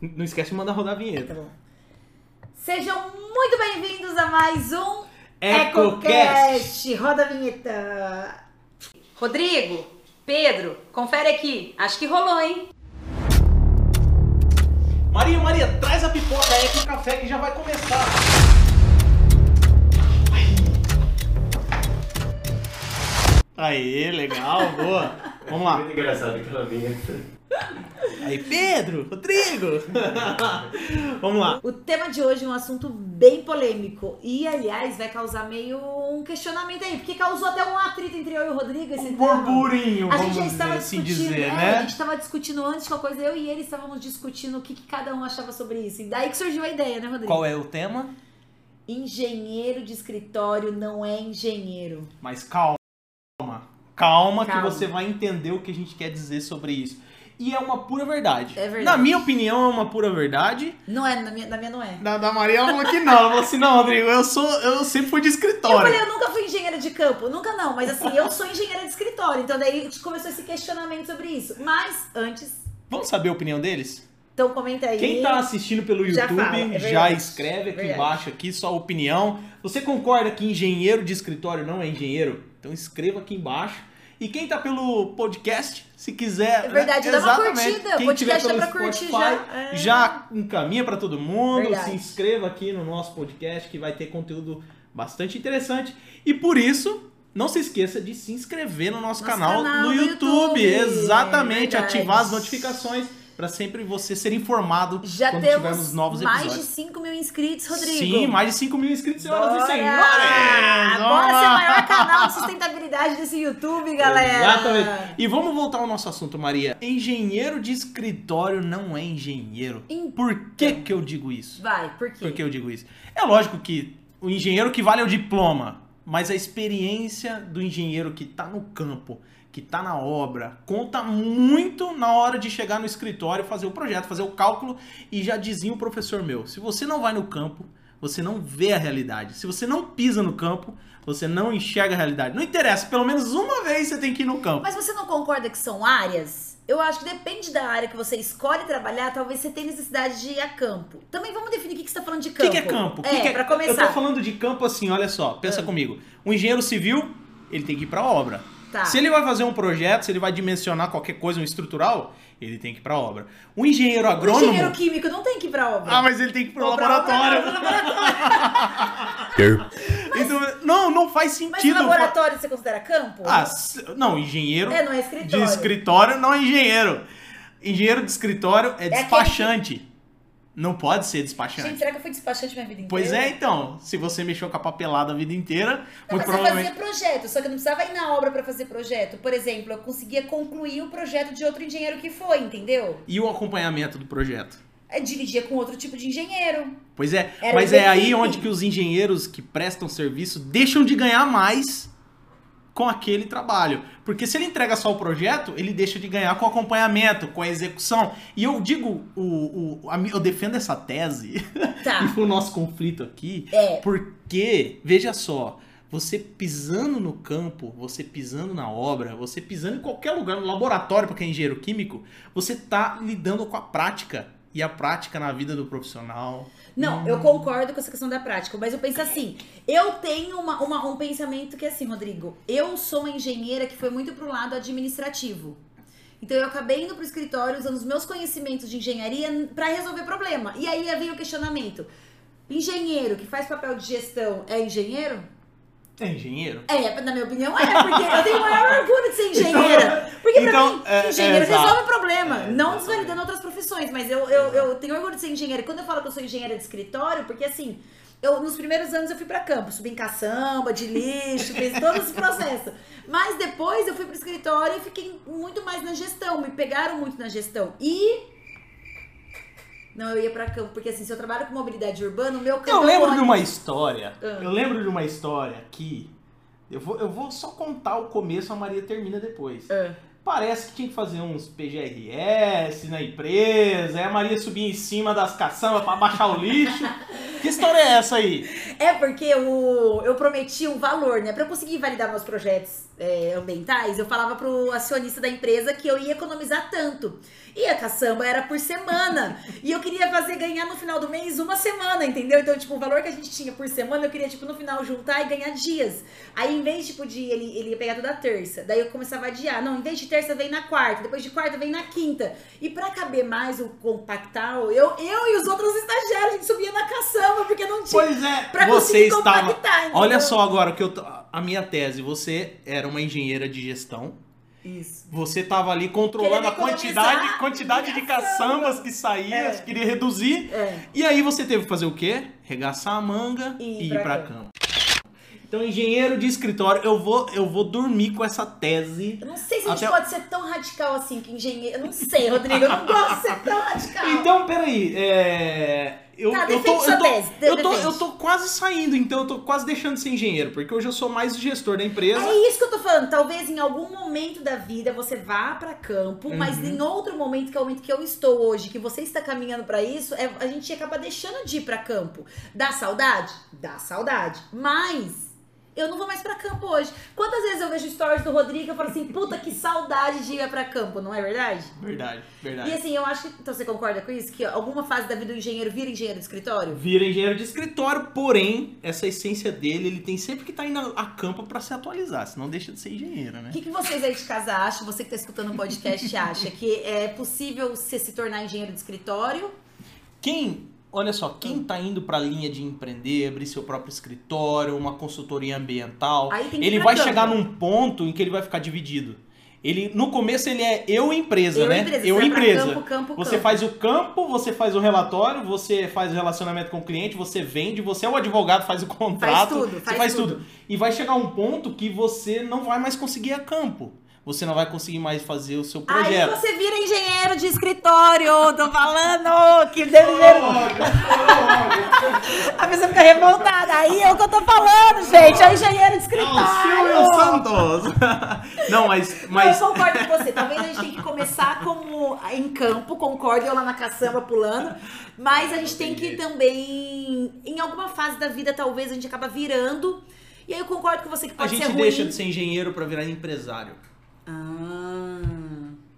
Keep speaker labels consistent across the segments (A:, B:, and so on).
A: Não esquece de mandar rodar a vinheta.
B: Tá bom. Sejam muito bem-vindos a mais um
A: EcoCast!
B: Roda a vinheta.
C: Rodrigo, Pedro, confere aqui. Acho que rolou, hein?
A: Maria, Maria, traz a pipoca aí que o café que já vai começar. Aí, legal, boa. Vamos lá.
D: Muito engraçado aquela vinheta.
A: Aí, Pedro, Rodrigo. Vamos lá.
B: O tema de hoje é um assunto bem polêmico e, aliás, vai causar meio um questionamento aí, porque causou até um atrito entre eu e o Rodrigo esse
A: Um
B: tema.
A: burburinho,
B: A
A: vamos
B: gente já estava
A: assim
B: discutindo,
A: dizer,
B: é, a
A: né?
B: gente estava discutindo antes com a coisa, eu e ele estávamos discutindo o que, que cada um achava sobre isso. E daí que surgiu a ideia, né, Rodrigo?
A: Qual é o tema?
B: Engenheiro de escritório não é engenheiro.
A: Mas calma, calma, que
B: Calma.
A: você vai entender o que a gente quer dizer sobre isso. E é uma pura verdade.
B: É verdade.
A: Na minha opinião, é uma pura verdade.
B: Não é, na minha, na minha não é.
A: Da, da Maria, ela falou que não. Ela falou assim, não, Rodrigo, eu sou. Eu sempre fui de
B: Eu
A: escritório.
B: falei, eu nunca fui engenheira de campo, nunca não, mas assim, eu sou engenheira de escritório, então daí começou esse questionamento sobre isso. Mas antes,
A: Vamos saber a opinião deles?
B: então comenta aí.
A: Quem tá assistindo pelo
B: Já
A: YouTube
B: fala, é verdade.
A: já escreve aqui
B: Verdade.
A: embaixo aqui sua opinião. Você concorda que engenheiro de escritório não é engenheiro? Então escreva aqui embaixo. E quem tá pelo podcast, se quiser.
B: É verdade,
A: né?
B: dá uma
A: Exatamente.
B: curtida,
A: Quem
B: o podcast
A: tiver
B: dá
A: pelo
B: pra curtir
A: Spotify,
B: já. É.
A: Já encaminha pra todo mundo.
B: Verdade.
A: Se inscreva aqui no nosso podcast que vai ter conteúdo bastante interessante. E por isso, não se esqueça de se inscrever no nosso,
B: Nosso
A: canal,
B: canal
A: no
B: no
A: YouTube.
B: YouTube.
A: Exatamente,
B: Verdade.
A: ativar as notificações pra sempre você ser informado
B: Já
A: quando
B: temos
A: tivermos novos
B: mais
A: episódios.
B: de 5 mil inscritos, Rodrigo.
A: Sim, mais de 5 mil inscritos, senhoras
B: Bora!
A: e senhores!
B: Bora
A: Vamos
B: ser o
A: lá!
B: maior canal de sustentabilidade desse YouTube, galera!
A: Exatamente. E vamos voltar ao nosso assunto, Maria. Engenheiro de escritório não é engenheiro.
B: Então.
A: Por que que eu digo isso?
B: Vai, por quê?
A: Por que eu digo isso? É lógico que o engenheiro que vale é o diploma, mas a experiência do engenheiro que tá no campo, que tá na obra, conta muito na hora de chegar no escritório, fazer o projeto, fazer o cálculo e já dizia o professor meu, se você não vai no campo, você não vê a realidade. Se você não pisa no campo, você não enxerga a realidade. Não interessa, pelo menos uma vez você tem que ir no campo.
B: Mas você não concorda que são áreas? Eu acho que depende da área que você escolhe trabalhar, talvez você tenha necessidade de ir a campo. Também vamos definir o que que você tá falando de
A: O que,
B: campo.
A: que é campo? O
B: É,
A: que que é-
B: pra
A: Eu
B: começar. Ah.
A: tô falando de campo assim, olha só, pensa comigo. Um engenheiro civil, ele tem que ir pra obra.
B: Tá.
A: Se ele vai fazer um projeto, se ele vai dimensionar qualquer coisa, um estrutural, ele tem que ir pra obra. Um engenheiro
B: O
A: agrônomo.
B: engenheiro químico não tem que ir pra obra.
A: Ah, mas ele tem que ir pro
B: Vou pra
A: laboratório.
B: obra, não, pro laboratório.
A: Então, não, não faz
B: Mas o
A: sentido.
B: laboratório você considera campo?
A: Ah, se- não, engenheiro
B: é, não
A: de
B: é escritório.
A: escritório não é engenheiro. Engenheiro de escritório é
B: aquele que-
A: despachante. Não pode ser
B: Gente,
A: despachante.
B: será que eu fui despachante minha vida inteira?
A: Pois é, então. Se você mexeu com a papelada a vida inteira,
B: Não,
A: muito
B: mas
A: provavelmente.
B: eu fazia projeto, só que eu não precisava ir na obra pra fazer projeto. Por exemplo, eu conseguia concluir o projeto de outro engenheiro que foi, entendeu?
A: E o acompanhamento do projeto?
B: Eu dirigia com outro tipo de engenheiro.
A: Pois é,
B: Era
A: mas
B: uma
A: é aí
B: equipe.
A: onde que os engenheiros que prestam serviço deixam de ganhar mais com aquele trabalho. Porque se ele entrega só o projeto, ele deixa de ganhar com o acompanhamento, com a execução. E eu digo, o, o, a mi- eu defendo essa tese, e
B: Tá.
A: foi o nosso conflito aqui,
B: É.
A: porque, veja só, você pisando no campo, você pisando na obra, você pisando em qualquer lugar, no laboratório, para quem é engenheiro químico, você tá lidando com a prática. E a prática na vida do profissional.
B: Não, eu concordo com essa questão da prática, mas eu penso assim, eu tenho uma, uma- um pensamento que é assim, Rodrigo, eu sou uma engenheira que foi muito pro lado administrativo. Então eu acabei indo pro escritório usando os meus conhecimentos de engenharia pra resolver problema. E aí veio o questionamento. Engenheiro que faz papel de gestão é engenheiro?
A: É engenheiro?
B: É, na minha opinião é, porque eu tenho o maior orgulho de ser engenheira. Porque
A: então,
B: pra
A: é,
B: mim, engenheiro
A: é, exato.
B: resolve problema. não desvalidando outras profissões, mas eu, eu, eu tenho orgulho de ser engenheira. E Quando eu falo que eu sou engenheira de escritório, porque assim, eu, nos primeiros anos eu fui pra campo, subi em caçamba, de lixo, fiz todo esse processo. Mas depois eu fui pro escritório e fiquei muito mais na gestão, me pegaram muito na gestão. E. Não, eu ia pra campo, porque assim, se eu trabalho com mobilidade urbana, o meu campo. é
A: Eu
B: o
A: lembro de
B: ônibus.
A: uma história.
B: Ah.
A: Eu lembro de uma história que. Eu vou, eu vou só contar o começo, a Maria termina depois.
B: Ah.
A: Parece que tinha que fazer uns PGRS na empresa, aí a Maria subia em cima das caçambas pra baixar o lixo. Que história é essa aí?
B: É porque o, eu prometi um valor, né? Pra eu conseguir validar meus projetos é, ambientais, eu falava pro acionista da empresa que eu ia economizar tanto. E a caçamba era por semana. e eu queria fazer ganhar no final do mês uma semana, entendeu? Então, tipo, o valor que a gente tinha por semana, eu queria, tipo, no final juntar e ganhar dias. Aí, em vez, tipo, de ele, ele ia pegar toda terça. Daí eu começava a adiar. Não, em vez de terça, vem na quarta. Depois de quarta, vem na quinta. E pra caber mais o compactar, eu, eu e os outros estagiários, a gente subia na caçamba, porque não tinha.
A: Pois é,
B: Pra
A: você
B: conseguir
A: estava.
B: compactar, entendeu?
A: Olha só agora o que eu tô- a minha tese, você era uma engenheira de gestão.
B: Isso.
A: Você tava ali controlando a
B: Querendo
A: quantidade,
B: economizar
A: quantidade de caçambas que saía,
B: É.
A: você queria reduzir.
B: É.
A: E aí você teve que fazer o quê? Regaçar a manga
B: E
A: e
B: ir
A: ir
B: pra
A: pra campo. Então, engenheiro de escritório, eu vou, eu vou dormir com essa tese.
B: Eu não sei se a gente
A: Até-
B: pode ser tão radical assim que engenheiro. Eu não sei, Rodrigo. Eu não gosto de ser tão radical.
A: Então, peraí, é... Eu,
B: Tá,
A: eu, tô,
B: defende sua
A: eu, tô,
B: tese, de-
A: eu, tô,
B: defende.
A: eu tô quase saindo, então eu tô quase deixando de ser engenheiro, porque hoje eu sou mais gestor da empresa.
B: É isso que eu tô falando. Talvez em algum momento da vida você vá pra campo, mas
A: Uhum.
B: em outro momento, que é o momento que eu estou hoje, que você está caminhando pra isso, é- a gente acaba deixando de ir pra campo. Dá saudade? Dá saudade. Mas eu não vou mais pra campo hoje. Quantas vezes eu vejo stories do Rodrigo e eu falo assim, puta que saudade de ir pra campo, não é verdade?
A: Verdade, verdade.
B: E assim, eu acho que. Então você concorda com isso? Que alguma fase da vida do engenheiro vira engenheiro de escritório?
A: Vira engenheiro de escritório, porém, essa essência dele, ele tem sempre que estar indo a campo pra se atualizar, senão deixa de ser engenheiro, né?
B: O que, que vocês aí de casa acham? Você que tá escutando o podcast acha que é possível você se tornar engenheiro de escritório?
A: Quem, olha só,
B: Ah.
A: quem tá indo pra linha de empreender, abrir seu próprio escritório, uma consultoria ambiental,
B: Aí tem que ir
A: ele
B: pra
A: vai
B: campo.
A: chegar num ponto em que ele vai ficar dividido. Ele, no começo ele é eu empresa,
B: Eu
A: né?
B: empresa.
A: eu
B: você vai pra
A: empresa.
B: Campo, campo,
A: Você
B: campo.
A: faz o campo, você faz o relatório, você faz o relacionamento com o cliente, você vende, você é o advogado, faz o contrato,
B: tudo,
A: você
B: faz
A: faz tudo.
B: tudo.
A: E vai chegar um ponto que você não vai mais conseguir a campo. Você não vai conseguir mais fazer o seu
B: Aí
A: projeto.
B: você vira engenheiro de escritório, tô falando
A: Oh.
B: que deve ser. A pessoa fica revoltada. Aí é o que eu tô falando, gente. É o engenheiro de escritório.
A: é Santos! não, mas, mas
B: Não, eu concordo com você. Talvez a gente tenha que começar como em campo, concordo, eu lá na caçamba pulando. Mas a gente tem que também, em alguma fase da vida, talvez a gente acaba virando. E aí eu concordo com você que
A: a
B: pode ser
A: gente
B: ruim.
A: deixa de ser engenheiro pra virar empresário.
B: Ah,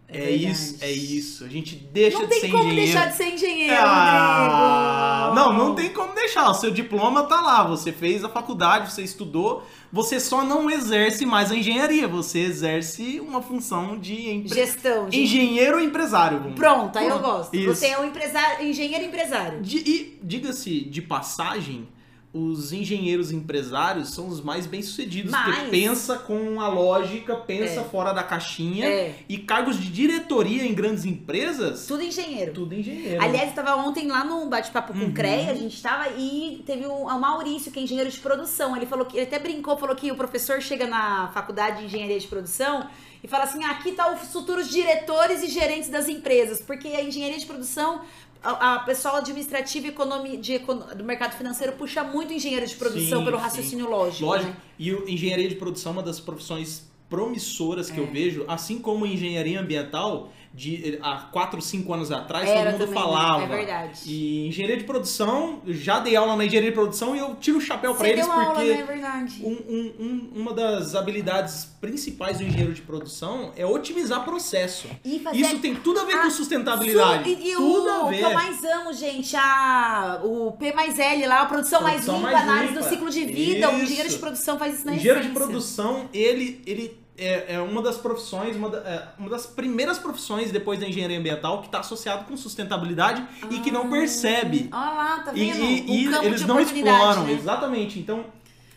A: É,
B: verdade.
A: isso, é isso. A gente deixa
B: Não
A: de
B: tem
A: ser
B: como
A: engenheiro.
B: deixar de ser engenheiro,
A: Ah,
B: Rodrigo.
A: Não, não tem como deixar. O seu diploma tá lá. Você fez a faculdade, você estudou. Você só não exerce mais a engenharia. Você exerce uma função de empre...
B: Gestão, gente.
A: engenheiro empresário. vamos dizer.
B: Pronto, aí eu
A: Pronto,
B: gosto.
A: isso.
B: Você é um empresário, engenheiro empresário.
A: De- e diga-se de passagem, os engenheiros empresários são os mais bem-sucedidos. Porque
B: Mas-
A: pensa com a lógica, pensa fora da caixinha.
B: É,
A: E cargos de diretoria em grandes empresas, é
B: tudo engenheiro.
A: tudo engenheiro.
B: Aliás, eu tava ontem lá num bate-papo com
A: Uhum.
B: o CREA, a gente tava e teve um, o Maurício, que é engenheiro de produção. Ele falou que ele até brincou, falou que o professor chega na faculdade de engenharia de produção e fala assim: ah, aqui tá os futuros diretores e gerentes das empresas, porque a engenharia de produção. A, a pessoal administrativo e economi- de econo- do mercado financeiro puxa muito engenheiro de produção
A: Sim,
B: pelo
A: sim.
B: raciocínio lógico.
A: Lógico.
B: né?
A: E o- engenharia de produção é uma das profissões promissoras
B: É.
A: que eu vejo, assim como engenharia ambiental, de, há 4, 5 anos atrás,
B: Era
A: todo mundo
B: também, né?
A: falava.
B: É verdade.
A: E engenharia de produção, já dei aula na engenharia de produção e eu tiro o chapéu pra
B: Você
A: eles
B: deu
A: porque
B: aula, né? É verdade.
A: um- um- um- uma das habilidades principais do engenheiro de produção é otimizar processo.
B: E fazer
A: Isso tem tudo a ver com
B: Ah,
A: sustentabilidade.
B: Su- E, e
A: tudo
B: o,
A: a
B: o
A: ver.
B: que eu mais amo, gente, a, o P mais L lá, a produção, mais
A: Produção
B: limpa,
A: mais
B: análise
A: limpa.
B: do ciclo de vida.
A: Isso.
B: O engenheiro de produção faz isso na
A: engenheiro de
B: essência.
A: produção, ele, ele é, é uma das profissões, uma, da- é uma das primeiras profissões depois da engenharia ambiental que está associado com sustentabilidade e que não percebe.
B: Olha lá, Ah, tá
A: e
B: vendo?
A: e-
B: um
A: e
B: campo
A: eles
B: de
A: não
B: oportunidade,
A: exploram,
B: né?
A: exatamente. Então,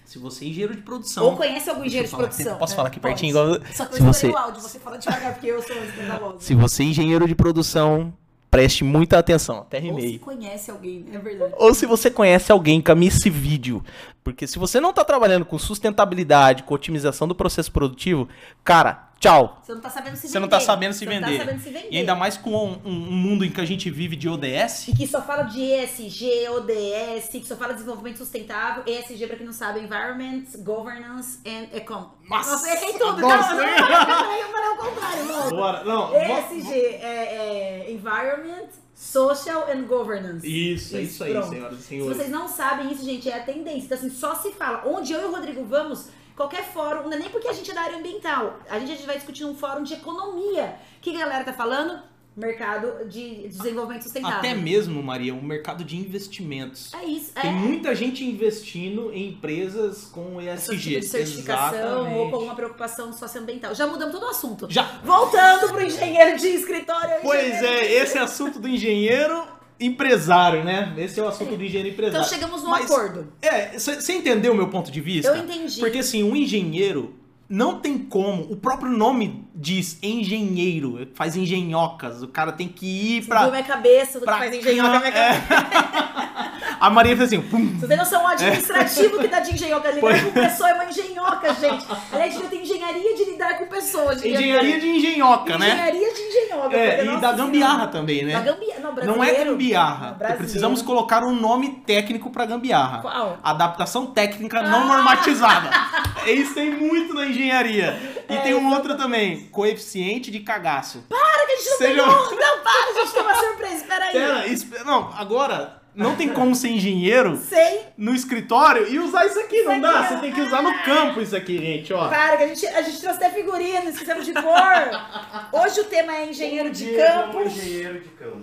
A: se você é engenheiro de produção.
B: Ou conhece algum engenheiro de
A: falar aqui,
B: produção.
A: posso
B: né?
A: falar aqui
B: Pode.
A: pertinho, igual-
B: Só que
A: se
B: eu
A: você-
B: você... o áudio, você fala devagar, porque eu sou escandalosa.
A: Se você é engenheiro de produção, preste muita atenção, até
B: Ou
A: rimei.
B: se conhece alguém, é verdade.
A: Ou se você conhece alguém, caminhe esse vídeo. Porque se você não tá trabalhando com sustentabilidade, com otimização do processo produtivo, cara,
D: Tchau.
B: Você não tá sabendo se vender.
A: Você não tá sabendo se
B: Você não tá
A: vender.
B: sabendo se vender.
A: E ainda mais com um, um mundo em que a gente vive de ODS.
B: E que só fala de ESG, ODS, que só fala de desenvolvimento sustentável. ESG, pra quem não sabe, é Environment, Governance and Econ.
A: Nossa,
B: Nossa, eu errei tudo,
A: nossa.
B: calma. Eu falei- eu falei ao contrário, mano.
A: Bora, não.
B: ESG é, é Environment, Social and Governance.
A: Isso, é isso aí,
B: Pronto.
A: senhoras e
B: Se
A: senhores.
B: vocês não sabem isso, gente, é a tendência. Então, assim, só se fala. Onde eu e o Rodrigo vamos, qualquer fórum, não é nem porque a gente é da área ambiental. A gente vai discutir um fórum de economia. O que a galera tá falando? Mercado de desenvolvimento sustentável.
A: Até mesmo, Maria, o mercado de investimentos.
B: É isso.
A: Tem
B: É.
A: muita gente investindo em empresas com
B: Esse tipo
A: ESG.
B: de certificação ou
A: Exatamente.
B: com alguma preocupação socioambiental. Já mudamos todo o assunto.
A: Já.
B: Voltando pro engenheiro de escritório.
A: Pois
B: engenheiro.
A: é, esse é assunto do engenheiro empresário, né? Esse é o assunto do engenheiro
B: Então
A: empresário.
B: chegamos num
A: Mas-
B: acordo.
A: É, você entendeu o meu ponto de vista?
B: Eu entendi.
A: Porque assim, um engenheiro não tem como, o próprio nome diz engenheiro, faz engenhocas, o cara tem que ir
B: Pra...
A: pra...
B: Minha cabeça, do que
A: pra é.
B: faz engenhoca na minha cabeça.
A: A Maria fez assim, pum,
B: Vocês não são o administrativo que dá de engenhoca. Lidar
A: Pois.
B: com pessoa é uma engenhoca, gente. Aliás, devia ter engenharia de lidar com pessoas. devia ter.
A: engenharia de engenhoca, né?
B: Engenharia de engenhoca.
A: É,
B: porque,
A: e
B: nossa
A: da
B: senhora.
A: gambiarra também,
B: Da
A: né?
B: gambiarra. Não,
A: Não é
B: brasileiro.
A: gambiarra,
B: Brasileiro.
A: precisamos colocar um nome técnico pra gambiarra.
B: Qual?
A: Adaptação técnica não normatizada. Isso tem muito na engenharia. E
B: É
A: tem um outro também, coeficiente de cagaço.
B: Para que a gente não
A: Seja-
B: pegou. Não, para, a gente tem uma surpresa. Espera aí.
A: Pera, espe- não, agora não tem como ser engenheiro
B: Sei.
A: no escritório e usar isso aqui, não
B: Isso
A: dá?
B: aqui, é
A: Você tem que usar no campo isso aqui, gente, ó.
B: Para, que a gente, a gente trouxe até figurino, esquecemos de cor. Hoje o tema é engenheiro de campo
E: Engenheiro de campo.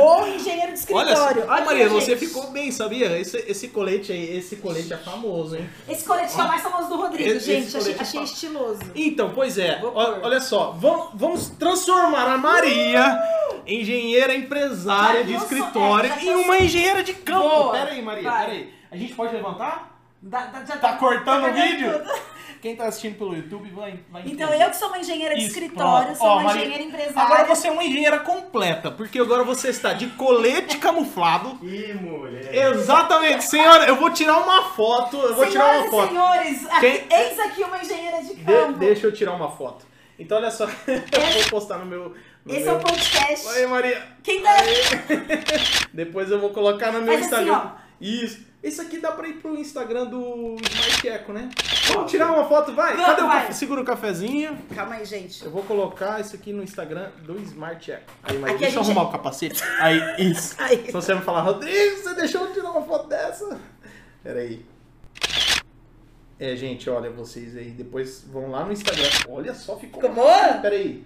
B: ou engenheiro de
A: Olha, só.
B: escritório.
A: Ai, Maria,
B: aqui,
A: você
B: gente.
A: ficou bem, sabia? Esse, esse colete aí, esse colete é famoso, hein?
B: Esse colete é o mais famoso do Rodrigo,
A: Esse-
B: gente.
A: esse
B: achei,
A: colete é
B: achei
A: fácil.
B: estiloso.
A: Então, pois é,
B: Vou
A: ó-
B: pôr.
A: olha só, vamos, vamos transformar a Maria, engenheira empresária
B: Já
A: de
B: que eu sou-
A: escritório,
B: Tá, é, já que
A: em
B: eu
A: uma engenheira de campo.
B: Boa.
A: Pera aí, Maria,
B: Vai.
A: pera aí. A gente pode levantar?
B: Da- da- já
A: Tá cortando o
B: perdendo
A: vídeo?
B: tudo.
A: Quem tá assistindo pelo YouTube vai, vai
B: Então
A: entender.
B: eu que sou uma engenheira de
A: Isso,
B: escritório,
A: pronto.
B: sou
A: Ó,
B: uma
A: Maria,
B: engenheira empresária.
A: Agora você é uma engenheira completa, porque agora você está de colete camuflado.
E: Ih, mulher.
A: Exatamente, senhora, eu vou tirar uma foto, eu vou tirar uma foto.
B: Senhoras e senhores, aqui-
A: Quem-
B: eis aqui uma engenheira de
A: De-
B: campo.
A: deixa eu tirar uma foto. Então olha só, eu vou postar no meu. no
B: Esse é
A: meu-
B: o podcast.
A: Oi, Maria.
B: Quem tá...
A: Depois eu vou colocar no meu
B: Faz assim,
A: Instagram. Isso. Isso aqui dá pra ir pro Instagram do Smart Eco, né? Vamos tirar uma foto, vai.
B: Vamos,
A: Cadê o
B: vai.
A: café? Segura o cafezinho.
B: Calma aí, gente.
A: Eu vou colocar isso aqui no Instagram do Smart Eco. Aí, Maria,
B: Aqui a
A: deixa eu
B: gente-
A: arrumar o capacete. Aí, isso.
B: Aí.
A: Se você me falar, Rodrigo, você deixou eu tirar uma foto dessa? Pera aí. É, gente, olha vocês aí. Depois vão lá no Instagram. Olha só, ficou.
B: Ficou
A: bom.
B: boa?
A: Pera aí.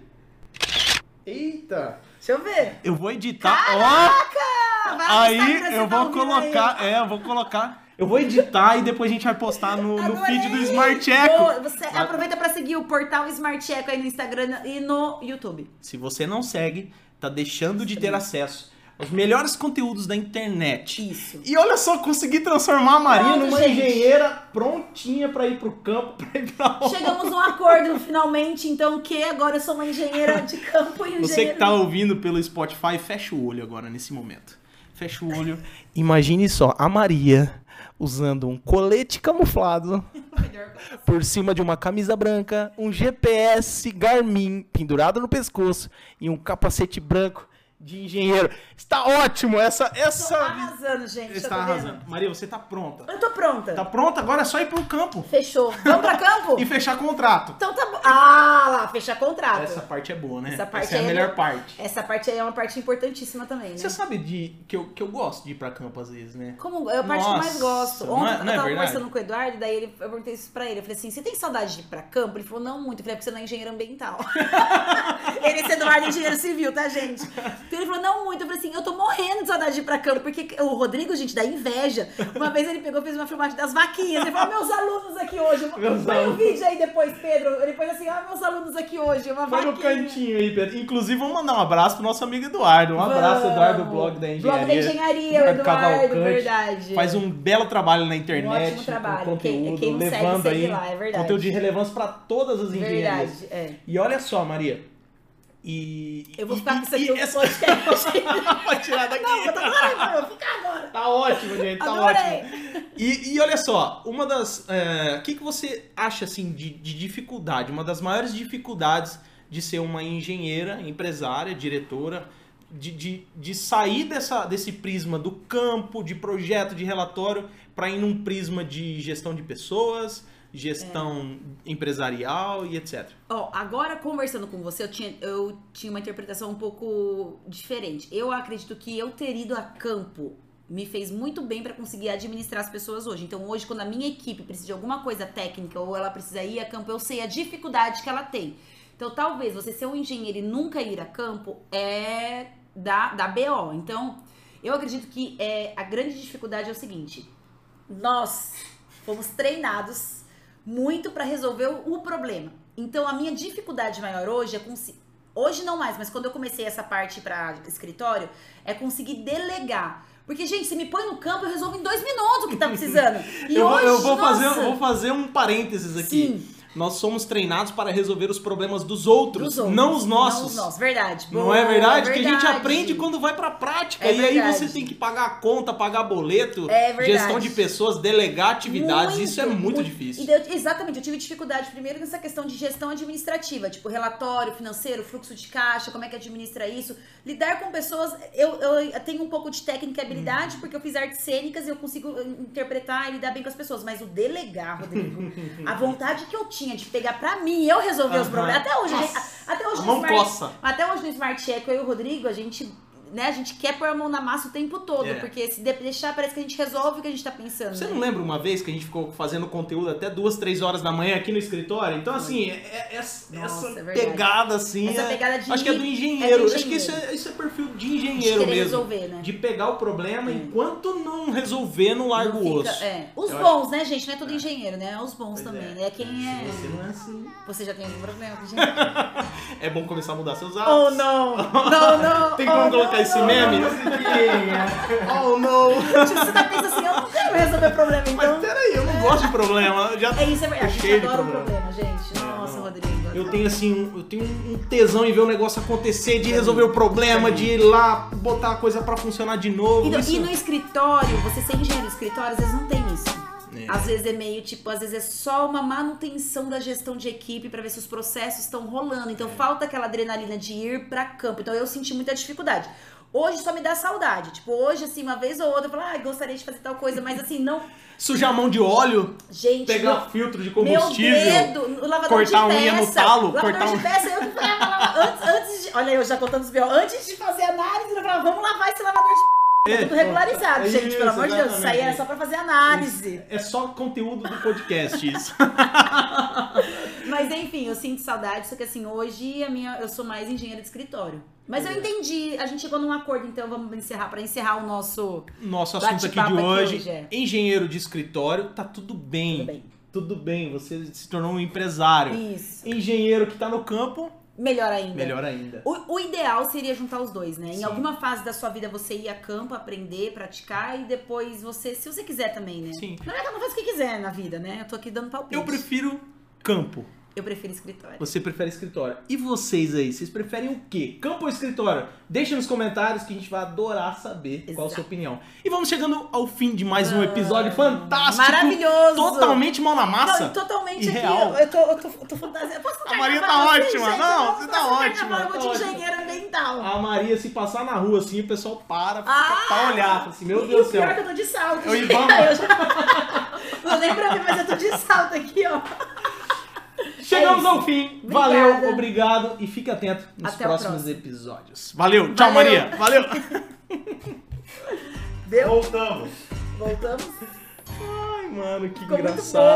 A: Eita.
B: Deixa eu ver.
A: Eu vou editar.
B: Ah, vai no
A: Aí
B: Instagram, você
A: eu
B: tá
A: vou
B: ouvindo
A: colocar, é, eu vou colocar. Eu vou editar e depois a gente vai postar no, no
B: Adorei!
A: feed do Smart Eco.
B: é Boa, Você aproveita pra seguir o portal Smart Eco aí no Instagram e no YouTube.
A: Se você não segue, tá deixando de ter acesso aos melhores conteúdos da internet.
B: Isso.
A: E olha só, consegui transformar a Maria
B: Pronto,
A: numa
B: gente.
A: engenheira prontinha pra ir pro campo, pra ir pra onde.
B: Chegamos num acordo finalmente, então que agora eu sou uma engenheira de campo e um engenheiro.
A: Você que tá ouvindo pelo Spotify, fecha o olho agora nesse momento. Fecha o olho. Imagine só a Maria usando um colete camuflado por cima de uma camisa branca, um GPS Garmin pendurado no pescoço e um capacete branco de engenheiro. Está ótimo essa
B: Tô
A: essa
B: Tá arrasando, gente.
A: está
B: tá vendo?
A: arrasando. Maria, você tá pronta.
B: Eu tô pronta.
A: Tá pronta? Agora é só ir pro campo
B: Fechou. Vamos pra campo?
A: e fechar contrato.
B: Então tá bom. Ah, lá, fechar contrato.
A: Essa parte é boa, né?
B: Essa parte
A: Essa é a
B: aí é
A: melhor
B: boa.
A: parte.
B: Essa parte aí é uma parte importantíssima também, né?
A: Você sabe de que eu, que eu gosto de ir pra campo às vezes, né?
B: Como é a parte que eu
A: Nossa,
B: mais gosto.
A: não
B: Ontem
A: é- não
B: eu
A: é
B: tava
A: verdade?
B: conversando com o Eduardo, daí ele, eu perguntei isso pra ele. Eu falei assim: você tem saudade de ir pra campo? Ele falou, não muito. Eu falei, é porque você não é engenheiro ambiental. ele esse Eduardo é engenheiro civil, tá, gente? Então ele falou, não muito. Eu falei assim, eu tô morrendo de saudade de ir pra campo, porque o Rodrigo, gente, dá inveja. Uma vez ele pegou e fez uma filmagem das vaquinhas. Ele falou, "Ah, meus alunos aqui hoje.
A: Meus
B: Põe o
A: alunos.
B: vídeo aí depois, Pedro. Ele pôs assim, ah, meus alunos aqui hoje, uma
A: Vai
B: vaquinha.
A: no cantinho aí, Pedro. Inclusive, vou mandar um abraço pro nosso amigo Eduardo. Um abraço,
B: Vamos.
A: Eduardo, do blog da
B: Blog
A: Engenharia.
B: da Engenharia, o Eduardo,
A: Cavalcante.
B: verdade.
A: Faz um belo trabalho na internet.
B: Um ótimo trabalho.
A: Com conteúdo,
B: Quem- quem não segue,
A: levando
B: segue
A: aí
B: lá, é verdade.
A: conteúdo de relevância pra todas as engenharias.
B: Verdade, é.
A: E olha só, Maria. E.
B: Eu vou ficar com
A: e-
B: isso aqui
A: e
B: no
A: essa... Tá
B: podcast.
A: Pode tirar daqui.
B: Não, eu tô parando, eu vou ficar agora.
A: Tá ótimo, gente. Tá
B: Adorei.
A: ótimo. E, e olha só, uma das. é, O que, que você acha assim de, de dificuldade? Uma das maiores dificuldades de ser uma engenheira, empresária, diretora, de, de, de sair dessa, desse prisma do campo, de projeto, de relatório, para ir num prisma de gestão de pessoas, gestão
B: É.
A: empresarial e etc.
B: Ó, agora conversando com você, eu tinha, eu tinha uma interpretação um pouco diferente. Eu acredito que eu ter ido a campo me fez muito bem pra conseguir administrar as pessoas hoje. Então, hoje, quando a minha equipe precisa de alguma coisa técnica ou ela precisa ir a campo, eu sei a dificuldade que ela tem. Então, talvez você ser um engenheiro e nunca ir a campo é da, da BO. Então, eu acredito que é, a grande dificuldade é o seguinte: nós fomos treinados muito para resolver o o problema. Então a minha dificuldade maior hoje é conseguir. Hoje não mais, mas quando eu comecei essa parte para escritório, é conseguir delegar. Porque, gente, você me põe no campo, eu resolvo em dois minutos o que tá precisando. E
A: eu, vou-
B: hoje,
A: eu vou,
B: nossa,
A: fazer, eu vou fazer um parênteses aqui.
B: Sim.
A: Nós somos treinados para resolver os problemas dos outros,
B: dos outros,
A: não os nossos.
B: Não os nossos, verdade.
A: Não
B: Boa,
A: é verdade? Que a gente
B: verdade.
A: aprende quando vai pra prática.
B: É
A: e aí
B: verdade.
A: você tem que pagar a conta, pagar boleto,
B: É verdade.
A: gestão de pessoas, delegar atividades.
B: Muito,
A: Isso é muito, difícil.
B: E daí eu- exatamente, eu tive dificuldade primeiro nessa questão de gestão administrativa, tipo relatório financeiro, fluxo de caixa, como é que administra isso. Lidar com pessoas, eu, eu tenho um pouco de técnica e
A: Uhum.
B: habilidade, porque eu fiz artes cênicas e eu consigo in- interpretar e lidar bem com as pessoas, mas o delegar, Rodrigo, a vontade que eu tinha de pegar pra mim e eu resolver os
A: Aham.
B: problemas, até hoje,
A: Nossa.
B: a- até hoje
A: A
B: no
A: mão
B: Smart-
A: coça.
B: até hoje no Smart Echo, eu e o Rodrigo, a gente, né, a gente quer pôr a mão na massa o tempo todo,
A: É.
B: porque se de- deixar parece que a gente resolve o que a gente tá pensando.
A: Você
B: né?
A: não lembra uma vez que a gente ficou fazendo conteúdo até duas, três horas da manhã aqui no escritório? Então, assim, é- é- é- essa,
B: Nossa, é verdade.
A: pegada, assim.
B: Essa
A: é-
B: pegada de
A: acho que é do
B: en-
A: engenheiro.
B: é do
A: Acho que isso é, isso é perfil de engenheiro
B: de querer
A: mesmo.
B: resolver, né?
A: De pegar o problema enquanto não resolver, não larga
B: Não
A: o
B: fica-
A: osso.
B: é. Os
A: Eu
B: bons, né, gente? Não é todo engenheiro, né? Os bons também,
A: é.
B: né? Quem é.
A: Se você não é assim,
B: Você já tem algum problema com engenheiro?
A: é bom começar a mudar seus hábitos.
B: oh, não! Não, não!
A: Tem como
B: oh,
A: colocar
B: não,
A: esse
B: não,
A: meme? Oh no!
B: não. Tipo, Você tá pensando assim, eu não quero resolver problema, então.
A: Mas peraí, eu não gosto de problema. eu Já...
B: É isso, é
A: Tô
B: verdade. A gente
A: cheio de
B: adora o
A: problema.
B: problema, gente. Nossa,
A: não.
B: Rodrigo.
A: Eu tenho assim, um- eu tenho um tesão em ver o negócio acontecer, de resolver o problema, de ir lá, botar a coisa pra funcionar de novo.
B: Então, E no,
A: isso-
B: e no escritório, você ser engenheiro de escritório, às vezes não tem isso.
A: É.
B: Às vezes é meio tipo, às vezes é só uma manutenção da gestão de equipe pra ver se os processos estão rolando.
A: É.
B: Então falta aquela adrenalina de ir pra campo. Então eu senti muita dificuldade. Hoje só me dá saudade. Tipo, hoje, assim, uma vez ou outra, eu falo, ah, gostaria de fazer tal coisa, mas assim, não.
A: Sujar a mão de óleo,
B: Gente,
A: pegar
B: meu-
A: filtro de
B: meu
A: combustível.
B: dedo, o lavador
A: cortar
B: de
A: a unha
B: peça.
A: no talo,
B: lavador
A: cortar
B: de
A: um-
B: peça, eu que falava, lavava- antes, antes de. Olha, eu já contando os B.O. Antes de fazer análise, eu falava, vamos lavar esse lavador de
A: É,
B: p. Tá tudo regularizado,
A: é
B: gente, pelo
A: isso,
B: amor de Deus. Isso aí era
A: exatamente.
B: só pra fazer análise.
A: É só conteúdo do podcast isso.
B: Mas enfim, eu sinto saudade, só que assim, hoje a minha, eu sou mais engenheira de escritório. Mas eu entendi, a gente chegou num acordo, então vamos encerrar pra encerrar o nosso.
A: Nosso assunto aqui de
B: Bate-papo aqui
A: hoje,
B: hoje, é.
A: engenheiro de escritório, tá tudo bem.
B: Tudo bem.
A: Tudo bem, você se tornou um empresário.
B: Isso.
A: Engenheiro que tá no campo,
B: Melhor ainda.
A: melhor ainda.
B: O, o ideal seria juntar os dois, né? Em
A: Sim.
B: alguma fase da sua vida você ir a campo, aprender, praticar e depois você, se você quiser também, né?
A: Sim.
B: Na verdade, ela não faz o que quiser na vida, né? Eu tô aqui dando palpite.
A: Eu prefiro campo.
B: Eu prefiro escritório.
A: Você prefere escritório. E vocês aí, vocês preferem o quê? Campo ou escritório? Deixa nos comentários que a gente vai adorar saber qual a sua
B: Exato. Ah,
A: opinião. E vamos chegando ao fim de mais um episódio fantástico.
B: Maravilhoso!
A: Totalmente mão na
B: Não,
A: massa.
B: totalmente
A: E
B: aqui.
A: real.
B: Eu, eu tô, eu tô, eu tô fantasiada. Posso
A: A Maria
B: carnaval
A: tá
B: pra vocês,
A: ótima.
B: gente?
A: Não,
B: Eu vou
A: você tá
B: passar
A: ótima,
B: carnaval, Eu
A: tá
B: vou de
A: ótima.
B: engenheira ambiental.
A: A Maria, se passar na rua assim, o pessoal para fica
B: Ah!
A: pra olhar. fala Assim, meu
B: E
A: Deus
B: o
A: do
B: pior é que
A: céu.
B: eu tô de salto.
A: É o
B: gente.
A: Ibama.
B: Eu já- Não nem pra mim, mas eu tô de salto aqui, ó.
A: Chegamos
B: É isso.
A: ao fim.
B: Obrigada.
A: Valeu, obrigado e fique atento nos
B: Até o
A: próximos
B: próximo.
A: episódios. Valeu, tchau,
B: Valeu.
A: Maria. Valeu.
B: Deu?
E: Voltamos.
B: Voltamos.
A: Ai, mano, que
B: Ficou muito
A: engraçado.